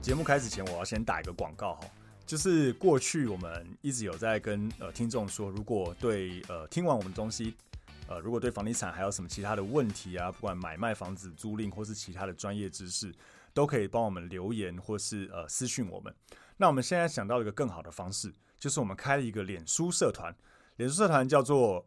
节目开始前，我要先打一个广告哈，就是过去我们一直有在跟呃听众说，如果对呃听完我们东西，呃如果对房地产还有什么其他的问题啊，不管买卖房子、租赁或是其他的专业知识，都可以帮我们留言或是呃私讯我们。那我们现在想到一个更好的方式，就是我们开了一个脸书社团，脸书社团叫做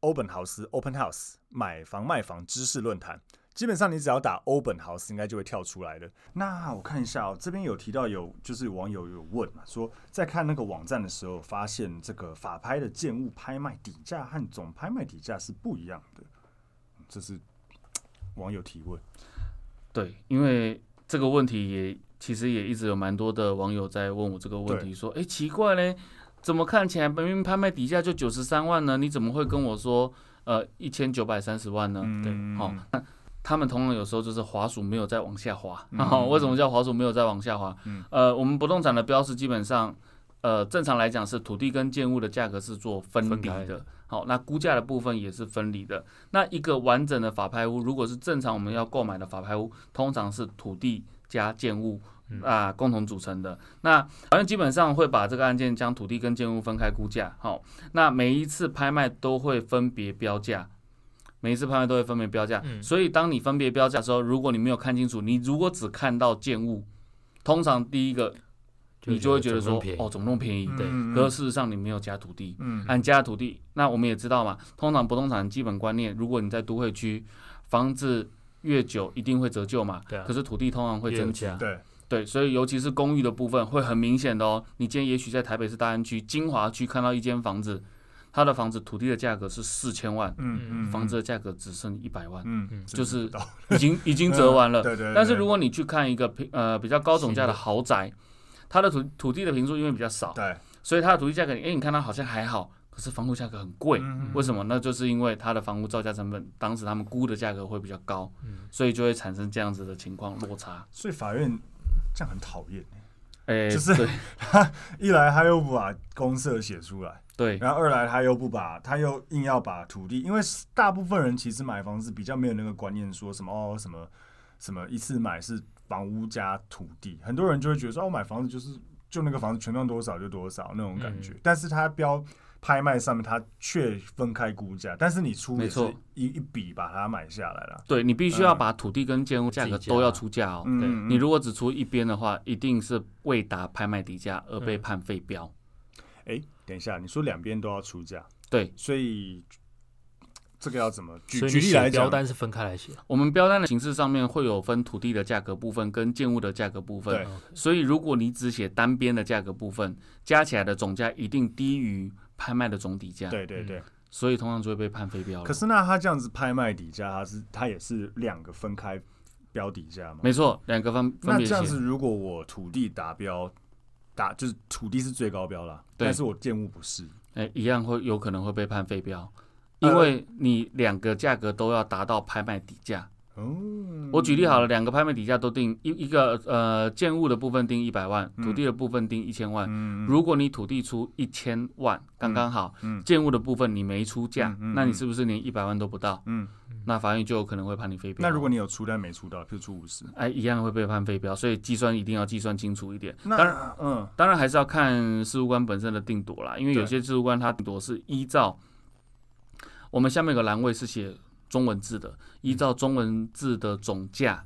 Open House Open House 买房卖房知识论坛。基本上你只要打欧本 house 应该就会跳出来的。那我看一下哦，这边有提到有就是网友有问嘛，说在看那个网站的时候，发现这个法拍的建物拍卖底价和总拍卖底价是不一样的，嗯这是网友提问。对，因为这个问题也其实也一直有蛮多的网友在问我这个问题，对说，哎、奇怪嘞，怎么看起来明明拍卖底价就九十三万呢？你怎么会跟我说，呃，一千九百三十万呢？嗯对，好、那他们通常有时候就是滑鼠没有再往下滑，好，嗯 为什么叫滑鼠没有再往下滑？呃，我们不动产的标示基本上，呃，正常来讲是土地跟建物的价格是做分分离开的，好，那估价的部分也是分离的。那一个完整的法拍屋，如果是正常我们要购买的法拍屋，通常是土地加建物啊、嗯共同组成的。那法院基本上会把这个案件将土地跟建物分开估价，好、那每一次拍卖都会分别标价。每一次拍卖都会分别标价，所以当你分别标价的时候，如果你没有看清楚，你如果只看到建物，通常第一个你就会觉得说，哦，怎么那么便宜？对可是事实上你没有加土地，嗯按加土地，那我们也知道嘛，通常不动产基本观念，如果你在都会区，房子越久一定会折旧嘛，对啊可是土地通常会增值，对，对，所以尤其是公寓的部分会很明显的哦。你今天也许在台北市大安区金华区看到一间房子，它的房子土地的价格是四千万，嗯房子，的价格只剩一百万，嗯， 就是不到已经已经折完了。 对对对但是对如果你去看一个平呃比较高总价新的的豪宅，它的土土地的平数因为比较少，对，所以它的土地价格，哎，你看它好像还好，可是房屋价格很贵，嗯为什么？那就是因为它的房屋造价成本，当时他们估的价格会比较高，嗯所以就会产生这样子的情况落差。所以法院这样很讨厌。哎，就是对一来他又不把公社写出来，对然后二来他又不把，他又硬要把土地，因为大部分人其实买房子比较没有那个观念，说什么哦什么什么一次买是房屋加土地，很多人就会觉得说，哦、买房子就是就那个房子权状多少就多少那种感嗯觉，但是他标拍卖上面他却分开估价，但是你出没也是错一一笔把它买下来了，对，你必须要把土地跟建物价格自己加都要出价哦。对嗯，你如果只出一边的话，一定是未达拍卖底价而嗯被判废标。哎，等一下，你说两边都要出价，对所以这个要怎么举所以举你例写来标讲？单是分开来写，我们标单的形式上面会有分土地的价格部分跟建物的价格部分对，所以如果你只写单边的价格部分，加起来的总价一定低于拍卖的总底价，对嗯对对，所以通常就会被判废标了可。是那他这样子拍卖底价，他是他也是两个分开标底价嘛？没错，两个分分那别这样写子，，如果我土地达标，达就是土地是最高标啦，对但是我建物不是，哎、一样会有可能会被判废标，呃因为你两个价格都要达到拍卖底价。哦，我举例好了，两个拍卖底价都定一一个呃建物的部分定一百万，土地的部分定一千万。嗯如果你土地出一千万，刚刚好，建物的部分你没出价，那你是不是连一百万都不到？嗯那法院就有可能会判你废那标。如果你有出但没出到，譬如出五十，哎一样会被判废标，所以计算一定要计算清楚一点。那当然，嗯，当然还是要看事务官本身的定夺啦，因为对有些事务官他定夺是依照我们下面有个栏位是写中文字的，依照中文字的总价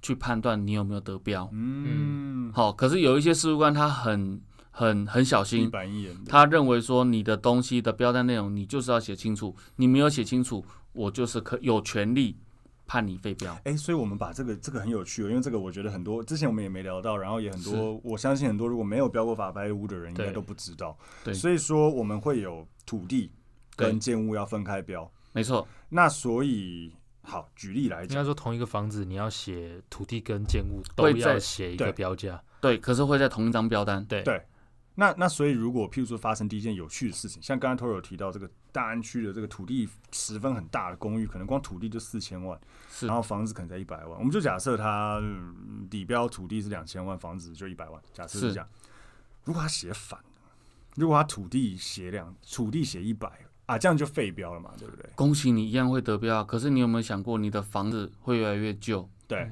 去判断你有没有得标。嗯，好，可是有一些事务官他很很很小一心，板一眼的，他认为说你的东西的标单内容你就是要写清楚，你没有写清楚，我就是可有权利判你废标。哎、所以我们把这个这个很有趣、哦，因为这个我觉得很多之前我们也没聊到，然后也很多我相信很多如果没有标过法拍屋的人应该对都不知道。对所以说我们会有土地跟对建物要分开标。没错，那所以好，举例来应讲，该说同一个房子，你要写土地跟建物都会要在写一对个标价，对，可是会在同一张标单。对对那那所以如果譬如说发生第一件有趣的事情，像刚刚 Toro 有提到这个大安区的这个土地十分很大的公寓，可能光土地就四千万，是然后房子可能才一百万，我们就假设它嗯底标土地是两千万，房子就一百万，假设是是这样。如果他写反了，如果他土地写两，土地写一百啊，这样就废标了嘛，对不对？恭喜你一样会得标啊，可是你有没有想过你的房子会越来越旧？对，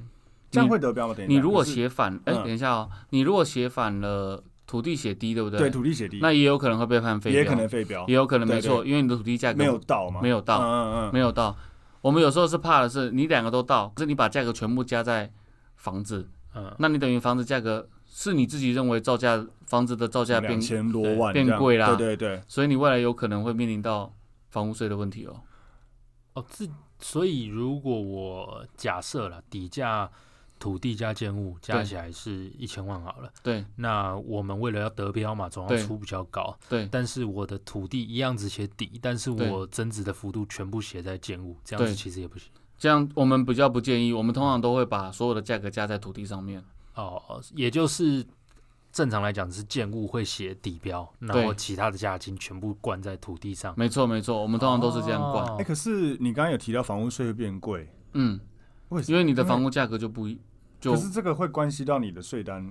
这样会得标吗？等一下嗯你如果就是写反，哎、嗯等一下哦，你如果写反了，土地写低，对不对？对土地写低，那也有可能会被判废标，也可能废标也，有可能对没错，因为你的土地价格没有到嘛，没有到嗯嗯嗯，没有到。我们有时候是怕的是你两个都到，可是你把价格全部加在房子，嗯，那你等于房子价格是你自己认为造价房子的造价变两，千多万变这样贵啦对对对，所以你未来有可能会面临到房屋税的问题哦。哦，自所以如果我假设了底价土地加建物加对起来是一千万好了，对那我们为了要得标嘛，总要对出比较高，对但是我的土地一样只写底，但是对我增值的幅度全部写在建物，这样子对其实也不行。这样我们比较不建议，我们通常都会把所有的价格加在土地上面。哦，也就是正常来讲是建物会写底标，然后其他的价金全部灌在土地上。没错没错，我们通常都是这样管。哦哎，可是你刚刚有提到房屋税会变贵，嗯，为什因么为你的房屋价格就不一就可是这个会关系到你的税单。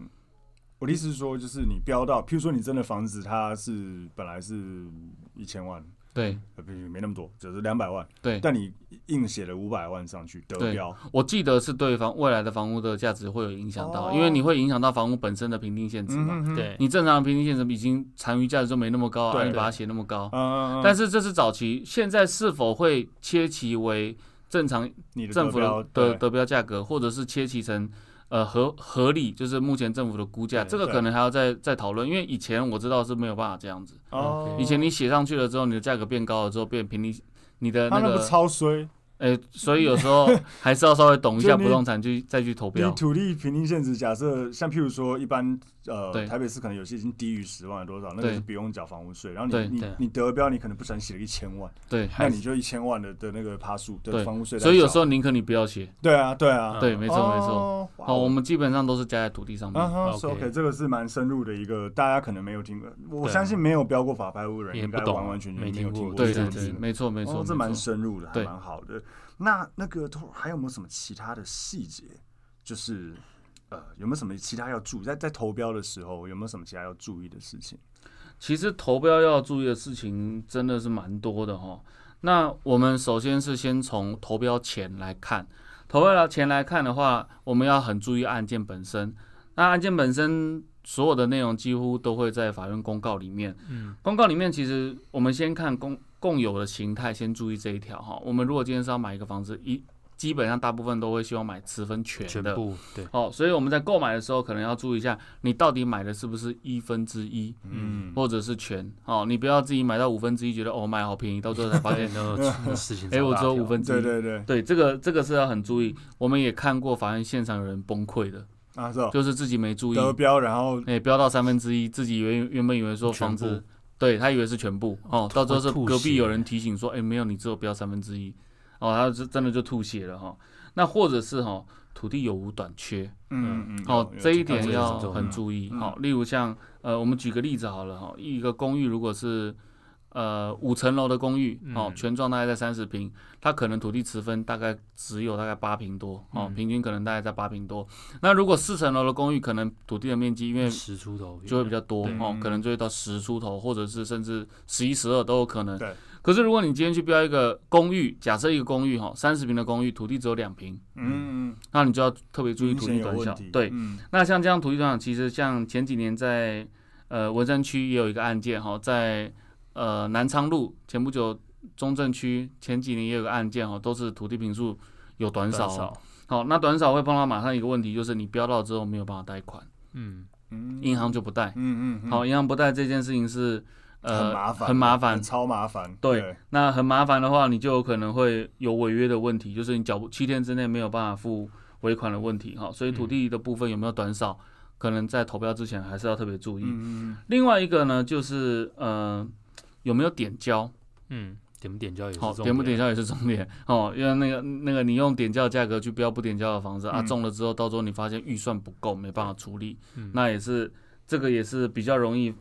我的意思是说，就是你标到，譬如说你真的房子它是本来是一千万，对呃，不没那么多，只是两百万，对。但你硬写了五百万上去得对标，我记得是对房未来的房屋的价值会有影响到，哦因为你会影响到房屋本身的评定现值嗯嘛。哼哼，对，你正常的平均现值已经残余价值就没那么高，啊对而你对把它写那么高。嗯，嗯，但是是这是早期，现在是否会切其为正常你的政府得的标的对得标价格，或者是切其成呃合合理，就是目前政府的估价，对这个对可能还要再再讨论，因为以前我知道是没有办法这样子，哦，以前你写上去了之后，你的价格变高了之后变平均。你的他那那不个，超衰，呃，所以有 时候还是要稍微懂一就下你不动产去再去投你标。土地平均现值，假设像譬如说一般呃对台北市可能有些已经低于十万了多少，那个对是不用缴房屋税，然后对你你对你得标你可能不小心写了一千万，对，那你就一千万的的那个趴数的对房屋税在缴，所以有时候宁可你不要写。对啊对啊，对，没错没错。哦，哇好，哦我们基本上都是加在土地上面。嗯哼，是 OK OK，这个是蛮深入的一个，大家可能没有听过，我对啊相信没有标过法拍屋的人也应该不懂完完全全没没有听听过对这对样对，子。没错没错，哦，这没蛮错深入的，还对蛮好的。那那个还有没有什么其他的细节？就是呃，有没有什么其他要注意？在在投标的时候，有没有什么其他要注意的事情？其实投标要注意的事情真的是蛮多的哈。那我们首先是先从投标前来看，投标前来看的话，我们要很注意案件本身。那案件本身所有的内容几乎都会在法院公告里面。嗯，公告里面其实我们先看共共有的形态，先注意这一条哈。我们如果今天是要买一个房子，一基本上大部分都会希望买持分权全的，部对，哦，所以我们在购买的时候，可能要注意一下，你到底买的是不是一分之一，嗯，或者是全哦，你不要自己买到五分之一，觉得哦买好便宜，到最后才发发现，现 那事情，哎，我只有五，分之对一。对对，对，这个这个是要很注意。我们也看过法院现场有人崩溃的，啊是哦，就是自己没注意，得标然后哎，飙到三分之一，自己原原本以为说全房子部，对他以为是全部哦，到最后是吐隔壁血有人提醒说，哎，没有，你只有标三分之一，哦，他就真的就吐血了哈、哦。那或者是哈、哦，土地有无短缺，嗯嗯，哦有，有这一听到点这个要很重很要注意。嗯好，例如像呃，我们举个例子好了哈，一个公寓如果是呃五层楼的公寓，哦嗯，全幢大概在三十平，它可能土地持分大概只有大概八平多，哦，嗯平均可能大概在八平多。那如果四层楼的公寓，可能土地的面积因为十出头就会比较多对哦嗯，可能就会到十出头，或者是甚至十一、十二都有可能。对。可是如果你今天去标一个公寓，假设一个公寓哈，三十平的公寓，土地只有两平，嗯嗯，那你就要特别注意明土显地有短问小题。对，嗯那像这样土地转让，其实像前几年在呃文山区也有一个案件哈，在呃南昌路前不久中正区前几年也有个案件哈，都是土地平数有短少哦。少，好，那短少会碰到马上一个问题，就是你标到之后没有办法贷款，嗯，嗯银行就不贷。嗯嗯嗯好，银行不贷这件事情是呃很麻烦，很麻烦。超麻烦。对那很麻烦的话，你就有可能会有违约的问题，就是你缴不七天之内没有办法付尾款的问题哈。所以土地的部分有没有短少，可能在投标之前还是要特别注意。嗯，嗯另外一个呢，就是呃有没有点交，嗯，点不点交也是好、重点不点交，交也是重点 哦，因为那个那个你用点交价格去标不点交的房子、啊，嗯中了之后到时候你发现预算不够，没办法处理，嗯那也是这个也是比较容易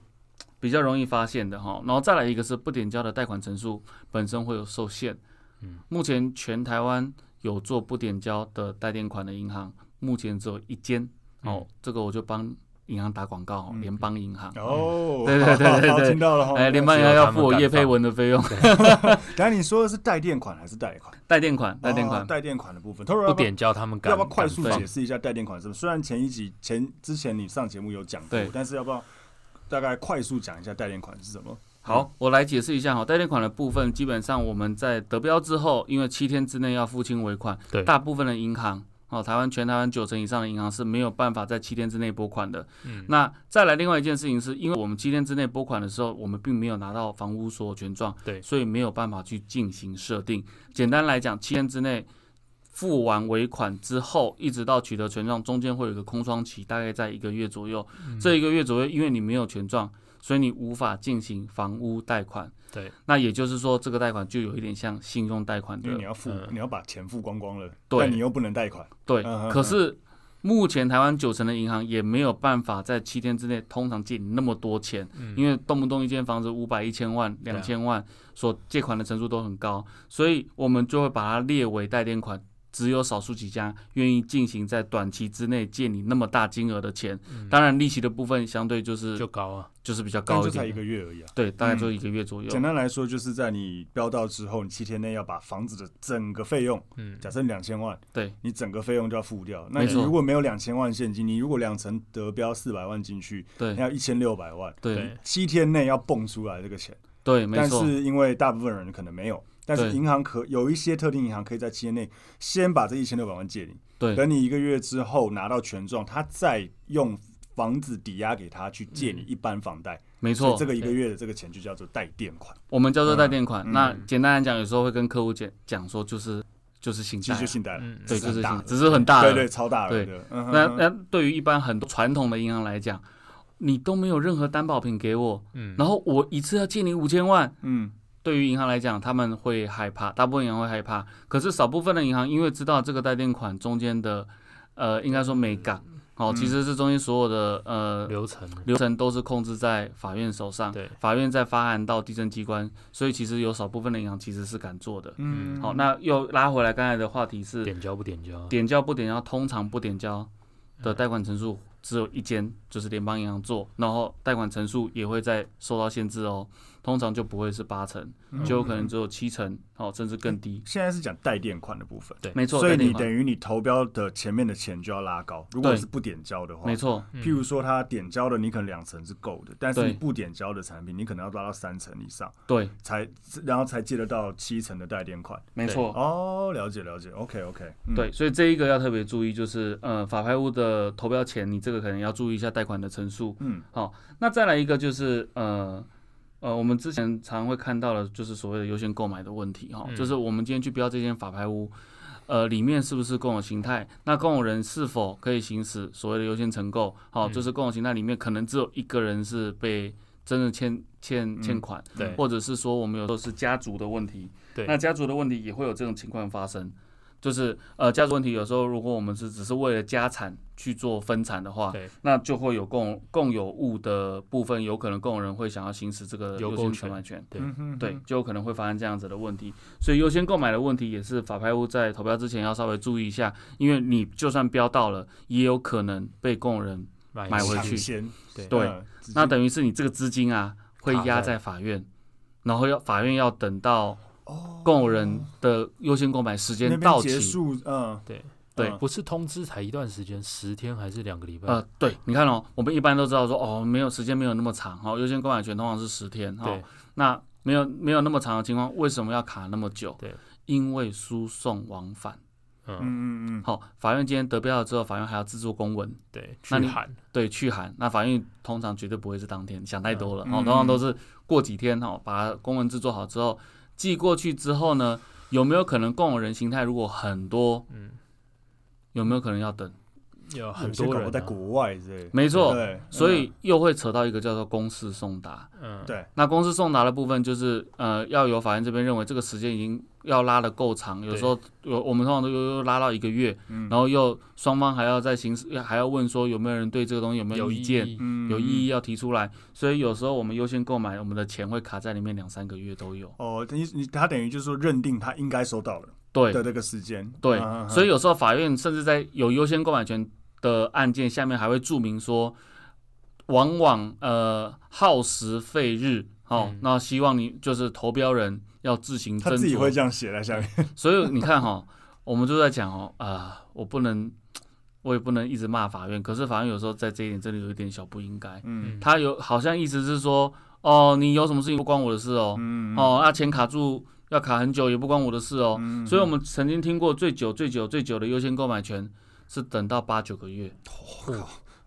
比较容易发现的哈、然后再来一个是不点交的贷款成数本身会有受限，嗯，目前全台湾有做不点交的贷垫款的银行，目前只有一间哦，这个我就帮银行打广告哦，嗯联邦银行嗯。哦，对对对对对好听到了哈。哎，联邦银行只有要他们付我敢业配放文的费用， 等下你说的是带电款还是贷款？带垫款，带垫款哦，带电款的部分，他说不点交他们敢要不要快速对解释一下带电款是什么？虽然前一集前之前你上节目有讲过对，但是要不要大概快速讲一下带电款是什么？好，我来解释一下哈，代垫款的部分，基本上我们在得标之后，因为七天之内要付清尾款，对大部分的银行哦，台湾全台湾九成以上的银行是没有办法在七天之内拨款的。嗯那再来另外一件事情是，因为我们七天之内拨款的时候，我们并没有拿到房屋所有权状，对所以没有办法去进行设定。简单来讲，七天之内。付完尾款之后，一直到取得权状，中间会有一个空窗期，大概在一个月左右。嗯这一个月左右，因为你没有权状，所以你无法进行房屋贷款。对，那也就是说，这个贷款就有一点像信用贷款因为的你，要付，嗯你要把钱付光光了，对但你又不能贷款，对。嗯嗯可是目前台湾九成的银行也没有办法在七天之内通常借你那么多钱，嗯因为动不动一间房子五百、一千万、对啊两千万，所借款的成数都很高，所以我们就会把它列为代垫款。只有少数几家愿意进行在短期之内借你那么大金额的钱，嗯当然利息的部分相对就是就就高啊，是比较但高就一才一点的，个月而已啊。对，大概嗯就一个月左右。简单来说，就是在你标到之后，你七天内要把房子的整个费用，嗯，假设两千万，对，你整个费用就要付掉。那没你错如果没有两千万现金，你如果两成得标四百万进去，对那要一千六百万，对对七天内要蹦出来这个钱。对，没但错，是因为大部分人可能没有，但是对银行可有一些特定银行可以在七天内先把这一千六百万借你，对等你一个月之后拿到权状，他再用房子抵押给他去借嗯你一般房贷，没所错以这。个一个月的这个钱就叫做贷垫款，我们叫做代垫款。嗯那简单来讲，有时候会跟客户讲讲说，就是就是信其贷实啊，就信贷了嗯，对，是就很是大信的，只是很大的。对对，超大了对的，嗯哼那哼那对于一般很多传统的银行来讲，你都没有任何担保品给我，嗯，然后我一次要借你五千万，嗯对于银行来讲，他们会害怕，大部分银行会害怕。可是少部分的银行因为知道这个代垫款中间的，呃，应该说美感，哦，嗯其实是中间所有的呃流程流程都是控制在法院手上，对法院再发函到地震机关，所以其实有少部分的银行其实是敢做的。嗯，好，那又拉回来刚才的话题是，点交不点交，点交不点交，通常不点交嗯的贷款陈数只有一间，就是联邦银行做，然后贷款陈数也会在受到限制哦，通常就不会是八成，嗯就有可能只有七成，哦，甚至更低。现在是讲贷垫款的部分。对没错，所以贷你款等于你投标的前面的钱就要拉高，如果对是不点交的话，没错，譬如说，它点交的你可能两成是够的，但是对你不点交的产品，你可能要拉到三成以上，对，才然后才借得到七成的代垫款。没错。哦，了解了解，OK OK，、嗯、对，，所以这一个要特别注意，就是呃，法拍屋的投标前，你这个可能要注意一下贷款的陈述。嗯，好、那再来一个就是呃呃，我们之前常会看到的，就是所谓的优先购买的问题哈、嗯就是我们今天去标这间法拍屋，呃，里面是不是共有形态？那共有人是否可以行使所谓的优先承购？好、嗯就是共有形态里面可能只有一个人是被真的欠欠欠嗯款，对或者是说我们有时候是家族的问题，对那家族的问题也会有这种情况发生。就是呃，家族问题有时候如果我们是只是为了家产去做分产的话对，那就会有共共有物的部分，有可能共有人会想要行使这个优有购先权购买权，对嗯哼对，，就有可能会发生这样子的问题。所以优先购买的问题也是法拍屋在投标之前要稍微注意一下，因为你就算标到了，也有可能被共有人，买一回次去抢先，对对嗯，直接那等于是你这个资金啊会卡压在在法院，然后要法院要等到哦共有人的优先购买时那间边到结期。束，嗯，对对嗯不是通知才一段时间，十天还是两个礼拜？呃，对，你看哦，我们一般都知道说，哦，没有时间没有那么长，哈、哦，优先购买权通常是十天，哈、对，那没有没有那么长的情况，为什么要卡那么久？对，因为输送往返，嗯，嗯嗯嗯，好，法院今天得标了之后，法院还要制作公文，对，去那你喊，对，去函。那法院通常绝对不会是当天，想太多了，嗯哦，通常都是过几天哦，把公文制作好之后寄过去之后呢，有没有可能共有人形态如果很多，嗯，有没有可能要等？有有很些多搞不人啊在国外之类的，没错，对，嗯所以又会扯到一个叫做公示送达。嗯，对那公示送达的部分就是，呃，要由法院这边认为这个时间已经要拉的够长，有时候有我们通常都又又拉到一个月，嗯然后又双方还要在刑事还要问说有没有人对这个东西有没有意意见，义，嗯有异议要提出来，所以有时候我们优先购买，我们的钱会卡在里面两三个月都有。哦，你你他等于就是说认定他应该收到了对的这个时间，对嗯，所以有时候法院甚至在有优先购买权的案件下面还会注明说，往往呃耗时费日。哦嗯，那希望你就是投标人要自行斟酌，他自己会这样写在下面，所以你看哈、我们就在讲哦，啊、我不能，我也不能一直骂法院，可是法院有时候在这一点真的有一点小不应该。嗯嗯他有好像意思是说，哦，你有什么事情不关我的事哦，嗯哦，啊，钱卡住要卡很久也不关我的事哦。嗯所以我们曾经听过最久、最久、最久的优先购买权是等到八九个月。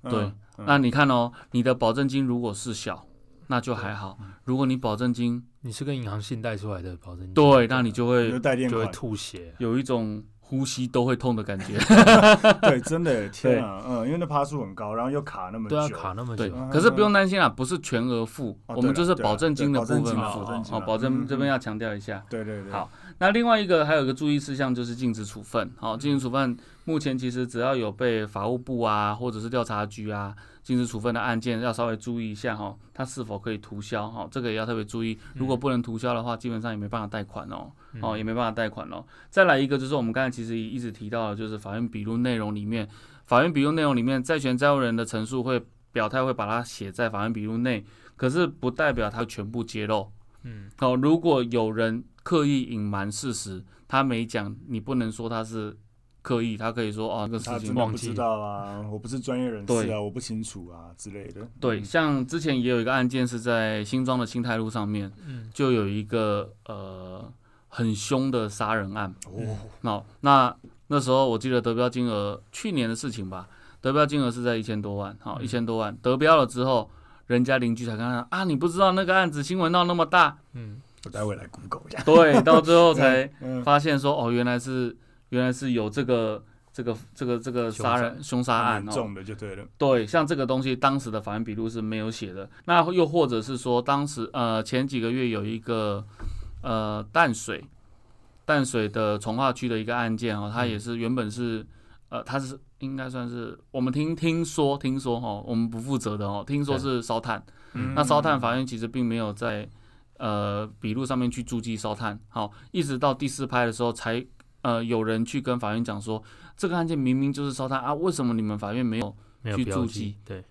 对，嗯那你看哦，你的保证金如果是小，那就还好；嗯如果你保证金你是跟银行信贷出来的保证金，对，那你就你会就带电就会款，吐血，有一种呼吸都会痛的感 觉。 对，真的天啊，嗯，因为那趴数很高，然后又卡那么久，对啊，卡那么对久，，可是不用担心啦，不是全额付，嗯哦我们就是保证金的部分对付。啦对证金啦保保证金啦哦，保证嗯这边要强调一下。对对对，好那另外一个还有一个注意事项就是禁止处分。好、禁止处分目前其实只要有被法务部啊或者是调查局啊禁止处分的案件，要稍微注意一下哈、它是否可以涂销哈、这个也要特别注意。如嗯果不能涂销的话，基本上也没办法贷款哦，哦也没办法贷款哦。再来一个就是我们刚才其实也一直提到的，就是法院笔录内容里面，法院笔录内容里面债权债务人的陈述会表态会把它写在法院笔录内，可是不代表他全部揭露。嗯，哦，如果有人刻意隐瞒事实，他没讲，你不能说他是刻意，他可以说哦，这个他事真情的忘不记知道啊，我不是专业人士对啊，我不清楚啊之类的。对。嗯像之前也有一个案件是在新庄的新泰路上面，嗯就有一个呃很凶的杀人案。哦，那那那时候我记得得标金额去年的事情吧，得标金额是在一千多万，哦嗯好、一千多万得标了之后，人家邻居才看到啊，你不知道那个案子新闻闹那么 大，嗯，我待会来 Google 一下。对，到最后才。嗯，发现说哦，原来是原来是有这个这个这个这个凶杀杀人凶杀蛮案严哦。重的就对了。对，像这个东西，当时的法院笔录是没有写的。那又或者是说，当时呃前几个月有一个呃淡水淡水的从化区的一个案件哦，它也是原本是呃它是应该算是我们听听说听说哦，我们不负责的哦，听说是烧炭。嗯那烧炭法院其实并没有在呃笔录上面去注记烧炭，好，一直到第四拍的时候才呃有人去跟法院讲说，这个案件明明就是烧炭啊，为什么你们法院没有？没有去标注记记，对，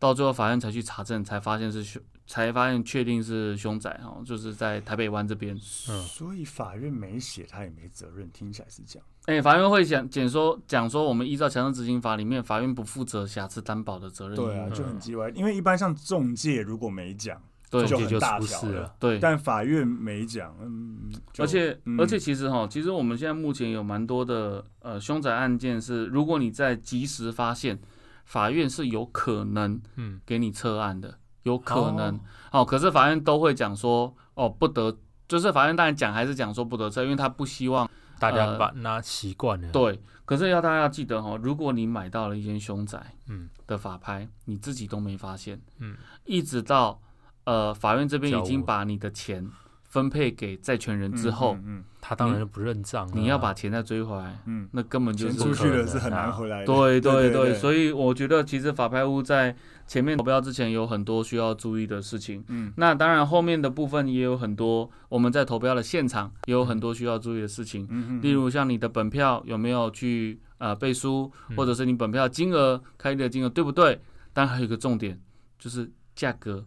到最后法院才去查证，才发现是凶，才发现确定是凶宅哈，哦就是在台北湾这边。嗯所以法院没写，他也没责任，听起来是这样。哎、法院会讲简说讲说，我们依照强制执行法里面，法院不负责瑕疵担保的责任义务。对啊，嗯就很叽歪。因为一般像中介如果没讲，对就中介很就大出条事了，对。但法院没讲，嗯，就而且、嗯而且其实哦哈，其实我们现在目前有蛮多的呃凶宅案件是，如果你在及时发现，法院是有可能嗯，给你撤案的，有可能哦哦可是法院都会讲说哦不得，就是法院当然讲还是讲说不得撤，因为他不希望大家呃把那习惯了，对。可是要大家要记得哈，如果你买到了一间凶宅嗯的法拍，你自己都没发现，嗯，一直到呃法院这边已交经屋把你的钱分配给债权人之后，嗯他当然就不认账了啊，你要把钱再追回来。嗯，那根本就钱是出去了是很不可能啊难回来的。对对对对，所以我觉得其实法拍屋在前面投标之前有很多需要注意的事情。嗯，那当然后面的部分也有很多，我们在投标的现场也有很多需要注意的事情，嗯例如像你的本票有没有去呃背书，嗯或者是你本票金额开立的金额对不对？当然还有一个重点就是价格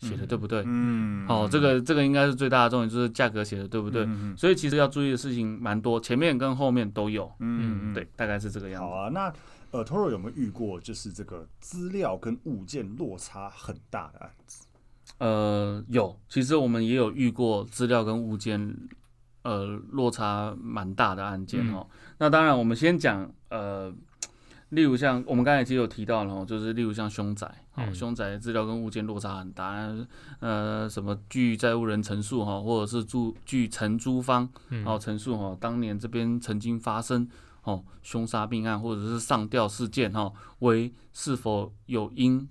写的对不对？嗯哦，这个这个应该是最大的重点，就是价格写的对不对？嗯所以其实要注意的事情蛮多，前面跟后面都有，嗯对，大概是这个样好子。啊，那呃，Toro 有没有遇过就是这个资料跟物件落差很大的案子？呃，有，其实我们也有遇过资料跟物件呃落差蛮大的案件哦。那当然，我们先讲呃，例如像我们刚才其实有提到了哦，就是例如像凶宅，哦，嗯凶宅的资料跟物件落差很大，呃，什么据债务人陈述哈，或者是住据承租方嗯哦陈述哈，当年这边曾经发生哦凶杀命案或者是上吊事件哈，为是否有因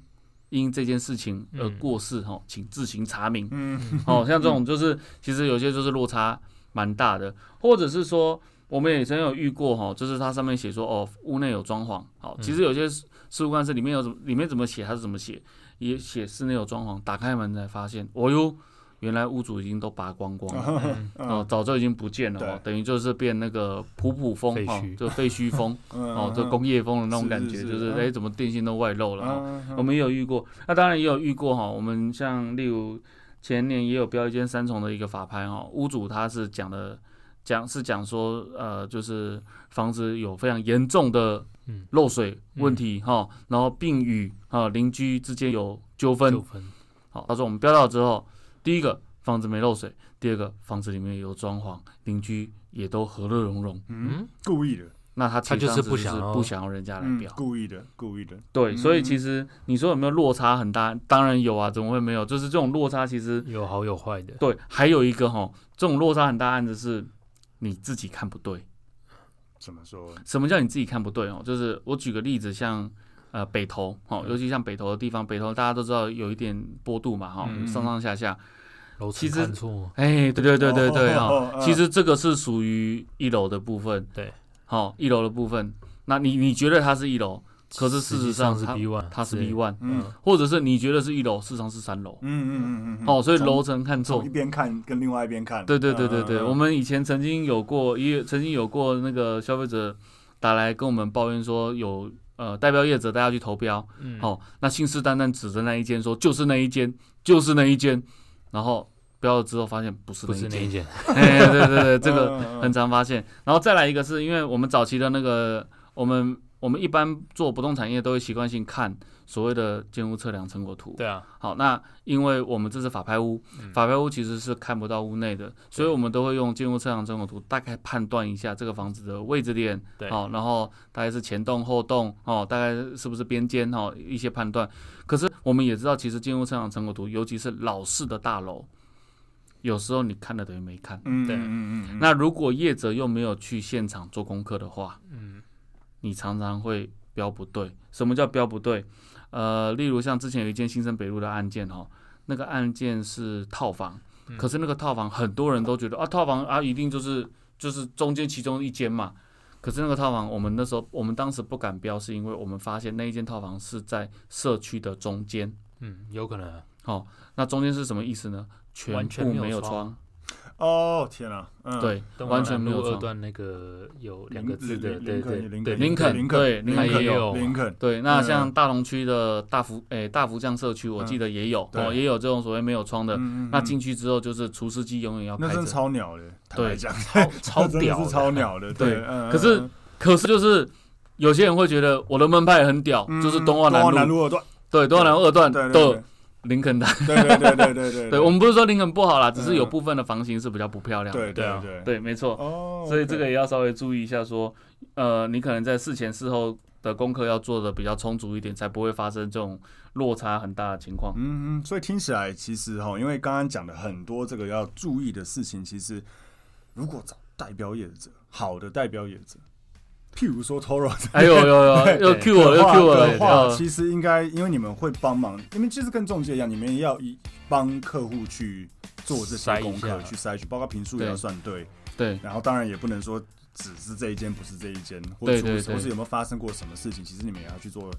因这件事情而嗯过世哈，请自行查明。嗯，哦，像这种就是其实有些就是落差蛮大的，或者是说我们也曾有遇过哈、就是它上面写说哦屋内有装潢，好、嗯其实有些事事务官是里面有怎么里面怎么写它是怎么写，也写室内有装潢，打开门才发现，哦哟，原来屋主已经都拔光光了。 哦，早就已经不见了哦嗯对，等于就是变那个普普风废哦墟，就废墟 风哦，就工业风的那种是感是嗯觉，是就是嗯哎，怎么电线都外露了哦，嗯我们也有遇过。那当然也有遇过哈，我们像例如前年也有标一间三重的一个法拍哈，屋主他是讲的讲是讲说呃，就是房子有非常严重的嗯漏水问题哈、然后并与啊邻居之间有纠纠纷。纷，好，他说我们标到之后，第一个房子没漏水，第二个房子里面有装潢，邻居也都和乐融融。嗯，故意的，那他其他实就是当时不想要不想要人家来嗯标，，故意的，故意的，对，所以嗯其实你说有没有落差很大？当然有啊，怎么会没有？就是这种落差，其实有好有坏的。对，还有一个哈，这种落差很大案子是你自己看不对。怎么说？什么叫你自己看不对哦？就是我举个例子，像呃北投哦，尤其像北投的地方，北投大家都知道有一点坡度嘛哈，嗯上上下下。楼其层实看错，哎，对对对对对哈、哦哦哦其实这个是属于一楼的部分，对，好、一楼的部分，那你你觉得它是一楼，可是事实际实上是它 B one，它是 B one，嗯或者是你觉得是一楼，事实上是三楼。嗯嗯嗯嗯，哦，所以从楼层看错从一。边看跟另外一边看，对对对对对，嗯我们以前曾经有过，也曾经有过那个消费者打来跟我们抱怨说有呃代标业者带他去投标，嗯哦，那信誓旦旦指着那一间说就是那一间，就是那一间，然后标了之后发现不是不那一是那一间，件， 哎，对对对，这个嗯很常发现。然后再来一个是因为我们早期的那个，我们我们一般做不动产业都会习惯性看所谓的建屋测量成果图。对啊，好，那因为我们这是法拍屋，法拍屋其实是看不到屋内的，所以我们都会用建筑测量成果图大概判断一下这个房子的位置点，对好、然后大概是前栋后栋哦，大概是不是边间哦，一些判断。可是我们也知道，其实建筑测量成果图，尤其是老式的大楼，有时候你看了等于没看。嗯嗯嗯嗯，那如果业者又没有去现场做功课的话，嗯，你常常会标不对。什么叫标不对？呃，例如像之前有一件新生北路的案件哦，那个案件是套房，嗯可是那个套房很多人都觉得啊，套房啊一定就是就是中间其中一间嘛。可是那个套房，我们那时候我们当时不敢标，是因为我们发现那一间套房是在社区的中间。嗯，有可能啊，哦，那中间是什么意思呢？全完全部没有没有窗窗，哦天啊，嗯，对，东完南全没有路二窗。段那个有两林个字的，林对林肯对林对肯林肯林对肯林肯也有林肯，对，那嗯像大同区的大福诶、大福江社区，我嗯记得也有、对哦，也有这种所谓没有窗的。嗯嗯那嗯进去之后，就是除湿机永远要那开真的 着。超鸟的，坦白对讲，超 超真的屌的，是超鸟的，对对，嗯可是可是就是有些人会觉得我的门牌很屌，嗯就是东华东华南南路，路二段，对，东华南路二段对的林肯的。对对对对对对对，我们不是说林肯不好啦，只是有嗯部分的房型是比较不漂亮的。对对啊对，对，没错。哦，所以这个也要稍微注意一下，说，呃，你可能在事前事后的功课要做的比较充足一点，才不会发生这种落差很大的情况。嗯，嗯，所以听起来其实哈，因为刚刚讲的很多这个要注意的事情，其实如果找代表业者，好的代表业者，譬如说 Toro 哎呦呦呦，又 Q 我，又的话 Q 我了的话，呃其实应该因为你们会帮忙，你们其实跟中介一样，你们也要一帮客户去做这些筛一功课，下去筛选，包括评数也对要算对，对然后当然也不能说只是这一间不是这一间，或对出对对或是有没有发生过什么事情，其实你们也要去做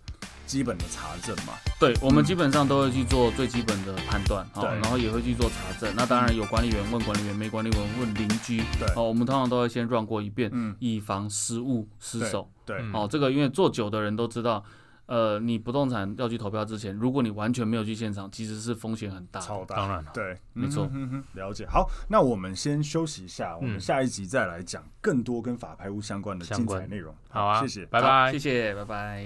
基本的查证嘛。对，我们基本上都会去做最基本的判断，好，对然后也会去做查证。那当然有管理员问管理员，没管理员问邻居，对好，我们通常都会先 run 过一遍，嗯，以防失误失手。对，嗯哦，这个因为做久的人都知道。呃，你不动产要去投标之前，如果你完全没有去现场，其实是风险很大的。超大，当然了，对，没错嗯哼哼哼了解。好，那我们先休息一下，我们嗯下一集再来讲更多跟法拍屋相关的相精关彩内容。好啊，谢谢。拜好拜谢。谢，拜拜。